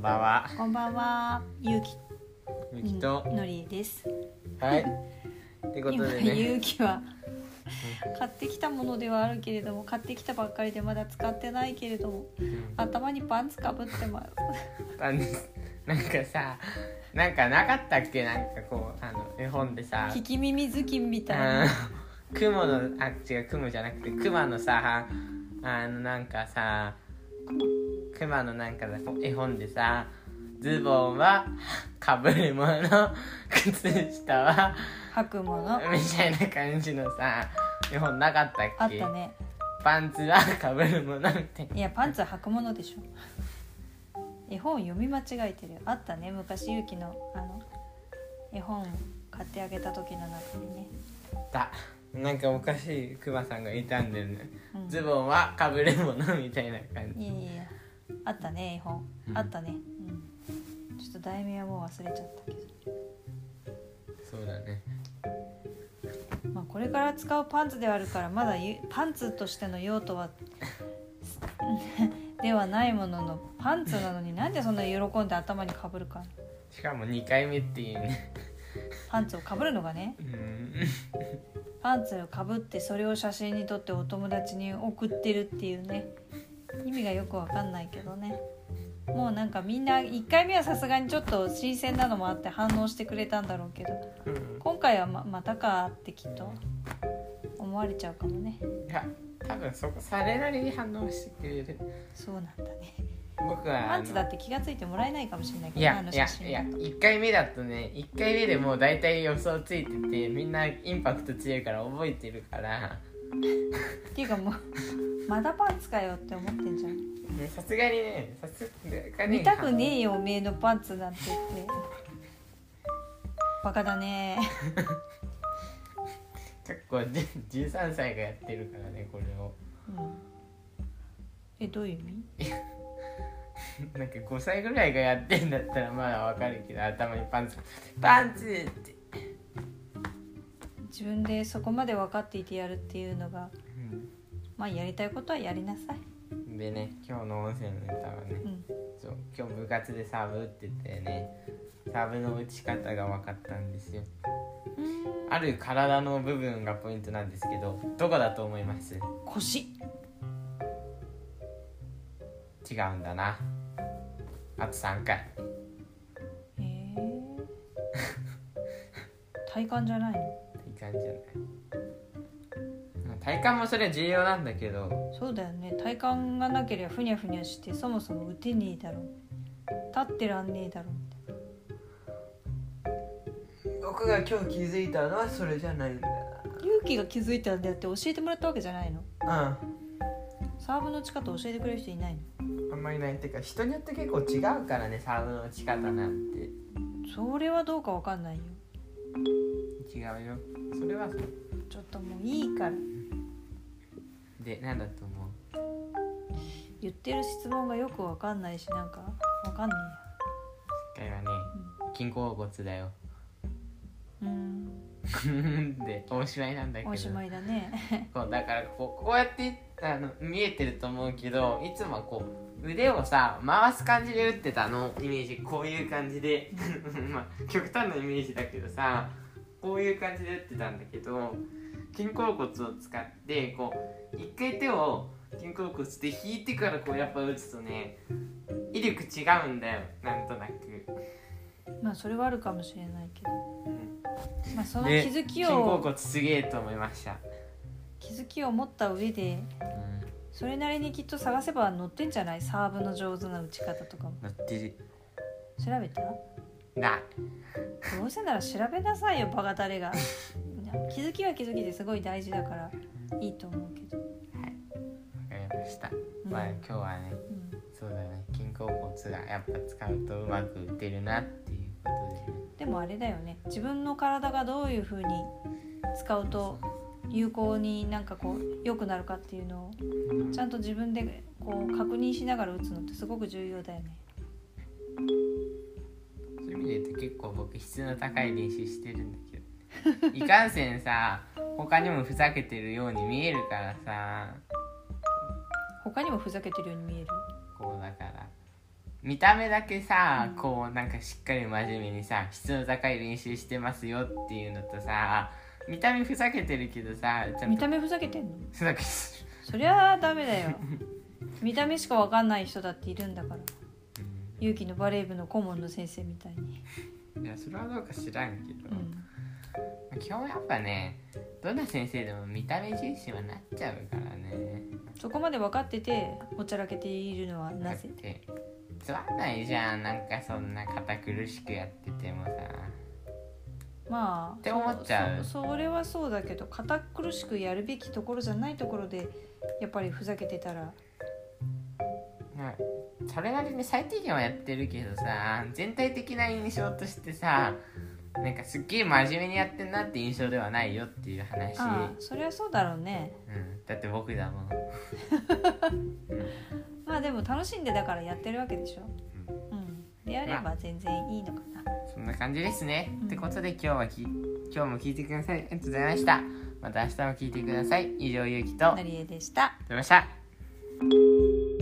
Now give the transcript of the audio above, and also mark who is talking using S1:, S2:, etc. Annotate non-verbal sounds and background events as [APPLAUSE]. S1: ばんは。
S2: こんばんは、ゆうき、
S1: ゆきと。
S2: のりです。
S1: はい。ということ
S2: 今、
S1: で
S2: ゆ
S1: ね。
S2: うきは。買ってきたものではあるけれども、買ってきたばっかりでまだ使ってないけれども、頭にパンツかぶってます。
S1: あのなんかさ、なんかなかったっけなんかこうあの絵本でさ、
S2: 聞き耳ずきんみたい
S1: あ
S2: な。
S1: の雲のあ違う雲じゃなくて熊のさ、あのなんかさ、熊のなんかさ絵本でさ、ズボンはかぶるもの、靴下は
S2: 吐くもの。あ
S1: みたいな感じのさ、絵本なかったっ
S2: った
S1: け？
S2: ね。
S1: パンツはかぶるものみたいない
S2: や、パンツは履くものでしょ絵本読み間違えてるよ。あったね、昔ゆうきの、あの。絵本買ってあげた時の中にね。
S1: だなんかおかしいクマさんがいたんだよね、
S2: うん
S1: ズボンはかぶるものみたいな感
S2: い
S1: じ
S2: やいやいやあったね絵本、
S1: うん
S2: あったね、うん、ちょっと題名はもう忘れちゃったけ
S1: そうだね
S2: ど、まあ、これから使うパンツではあるからまだゆパンツとしての用途は [LAUGHS] ではないもののパンツなのになんでそんな喜んで頭にかぶるか
S1: しかも2回目っていうね
S2: パンツをかぶるのがね
S1: うん
S2: パンツをかぶってそれを写真に撮ってお友達に送ってるっていうね意味がよくわかんないけどねもうなんかみんな1回目はさすがにちょっと新鮮なのもあって反応してくれたんだろうけど
S1: うん
S2: 今回はままたかってきっと思われちゃうかもね
S1: いや多分そこそれなりに反応してくれる
S2: そうなんだね
S1: 僕は
S2: パ
S1: あ
S2: ン
S1: の
S2: ツだって気が付いてもらえないかもしれない
S1: い
S2: けどね
S1: や
S2: あの
S1: いや
S2: 写真
S1: いや
S2: だと
S1: 1回目だとね1回目でもう大体予想ついててみんなインパクト強いから覚えてるから
S2: っていうかもう [LAUGHS] まだパンツかよって思ってんじゃん
S1: ねさすがにねさすがに
S2: 見たくねえよおめえのパンツなんてってバカだね
S1: 結構じ13歳がやってるからねこれを。
S2: うんえどういう意味
S1: なんか5歳ぐらいがやってんだったらまあわかるけど頭にパンツパンツって、
S2: 自分でそこまで分かっていてやるっていうのがまあやりたいことはやりなさい、
S1: でね今日の音声のネタはね
S2: うん、
S1: そう今日部活でサーブ打っててねサーブの打ち方が分かったんですよある体の部分がポイントなんですけどどこだと思います
S2: 腰
S1: 違うんだなあと3回
S2: えー、体幹じゃないの
S1: いい感じじゃないまあ体幹もそれは重要なんだけど
S2: そうだよね体幹がなければふにゃふにゃしてそもそも打てねえだろ立ってらんねえだろ
S1: 僕が今日気づいたのはそれじゃないんだ
S2: 勇気が気づいたんであって教えてもらったわけじゃないの
S1: うん
S2: サーブの打ち方教えてくれる人いないの
S1: あんまりないっていうか人によって結構違うからねサーブの打ち方なんて
S2: それはどうかわかんないよ
S1: 違うよそれはそう
S2: ちょっともういいから
S1: で何だと思う
S2: 言ってる質問がよくわかんないしなんかわかんね
S1: 一回はね肩甲骨だよ [LAUGHS]
S2: えやうん
S1: でおしまいなんだけど
S2: おしまいだね
S1: こうだからこうこうやってあの見えてると思うけどいつもはこう腕をさ回す感じで打ってたのイメージこういう感じで [LAUGHS] まあ極端なイメージだけどさこういう感じで打ってたんだけど肩甲骨を使ってこう一回手を肩甲骨で引いてからこうやっぱ打つとね威力違うんだよなんとなく、
S2: まあそれはあるかもしれないけど
S1: うん、
S2: まあその気
S1: で
S2: づき
S1: 肩甲
S2: を
S1: 骨すげえと思いました、
S2: 気づきを持った上で
S1: う
S2: それなりにきっと探せば載ってんじゃないサーブの上手な打ち方とかも
S1: ん、ってる
S2: 調べたど
S1: な
S2: うせなら調べなさいよ [LAUGHS] バカタレがいや気づきは気づきですごい大事だからいいと思うけど、
S1: わかりました、
S2: うん
S1: まあ今日はね
S2: うん
S1: そうだね肩甲骨がやっぱ使うとうまく打てるなっていうことでね
S2: でもあれだよね自分の体がどういうふうに使うと有効になんかこう良くなるかっていうのをちゃんと自分でこう確認しながら打つのってすごく重要だよね
S1: そういう意味で言うと結構僕質の高い練習してるんだけ
S2: [LAUGHS]
S1: どいかんせんさ他にもふざけてるように見えるからさ
S2: 他にもふざけてるように見える
S1: こうだから見た目だけさこうなんかしっかり真面目にさ質の高い練習してますよっていうのとさ見た目ふざけてるけどさちゃん
S2: 見
S1: と
S2: た目ふざけてんの
S1: ふざけてる
S2: そりゃあダメだよ見た目しかわかんない人だっているんだから勇気のバレー部の顧問の先生みたいに、
S1: いやそれはどうか知らんけど、
S2: うん、
S1: 基本やっぱねどんな先生でも見た目重視はなっちゃうからね
S2: そこまで分かってておちゃらけているのはなぜ
S1: だってつまんないじゃんなんかそんな堅苦しくやっててもさ
S2: まあ
S1: って思っちゃう
S2: そそそれはそうだけど堅苦しくやるべきところじゃないところでやっぱりふざけてたら
S1: まあそれなりに最低限はやってるけどさ全体的な印象としてさなんかすっげえ真面目にやってんなって印象ではないよっていう話、
S2: ああそりゃそうだろうね
S1: うん、だって僕だもん
S2: まあでも楽しんでだからやってるわけでしょ
S1: う
S2: うんであれば全然いいのかな
S1: そんな感じですね、
S2: うん
S1: ってことで今日はき今日も聞いてくださいありがとうございましたまた明日も聞いてください以上ゆうきとありがとう
S2: 成江でした
S1: ございました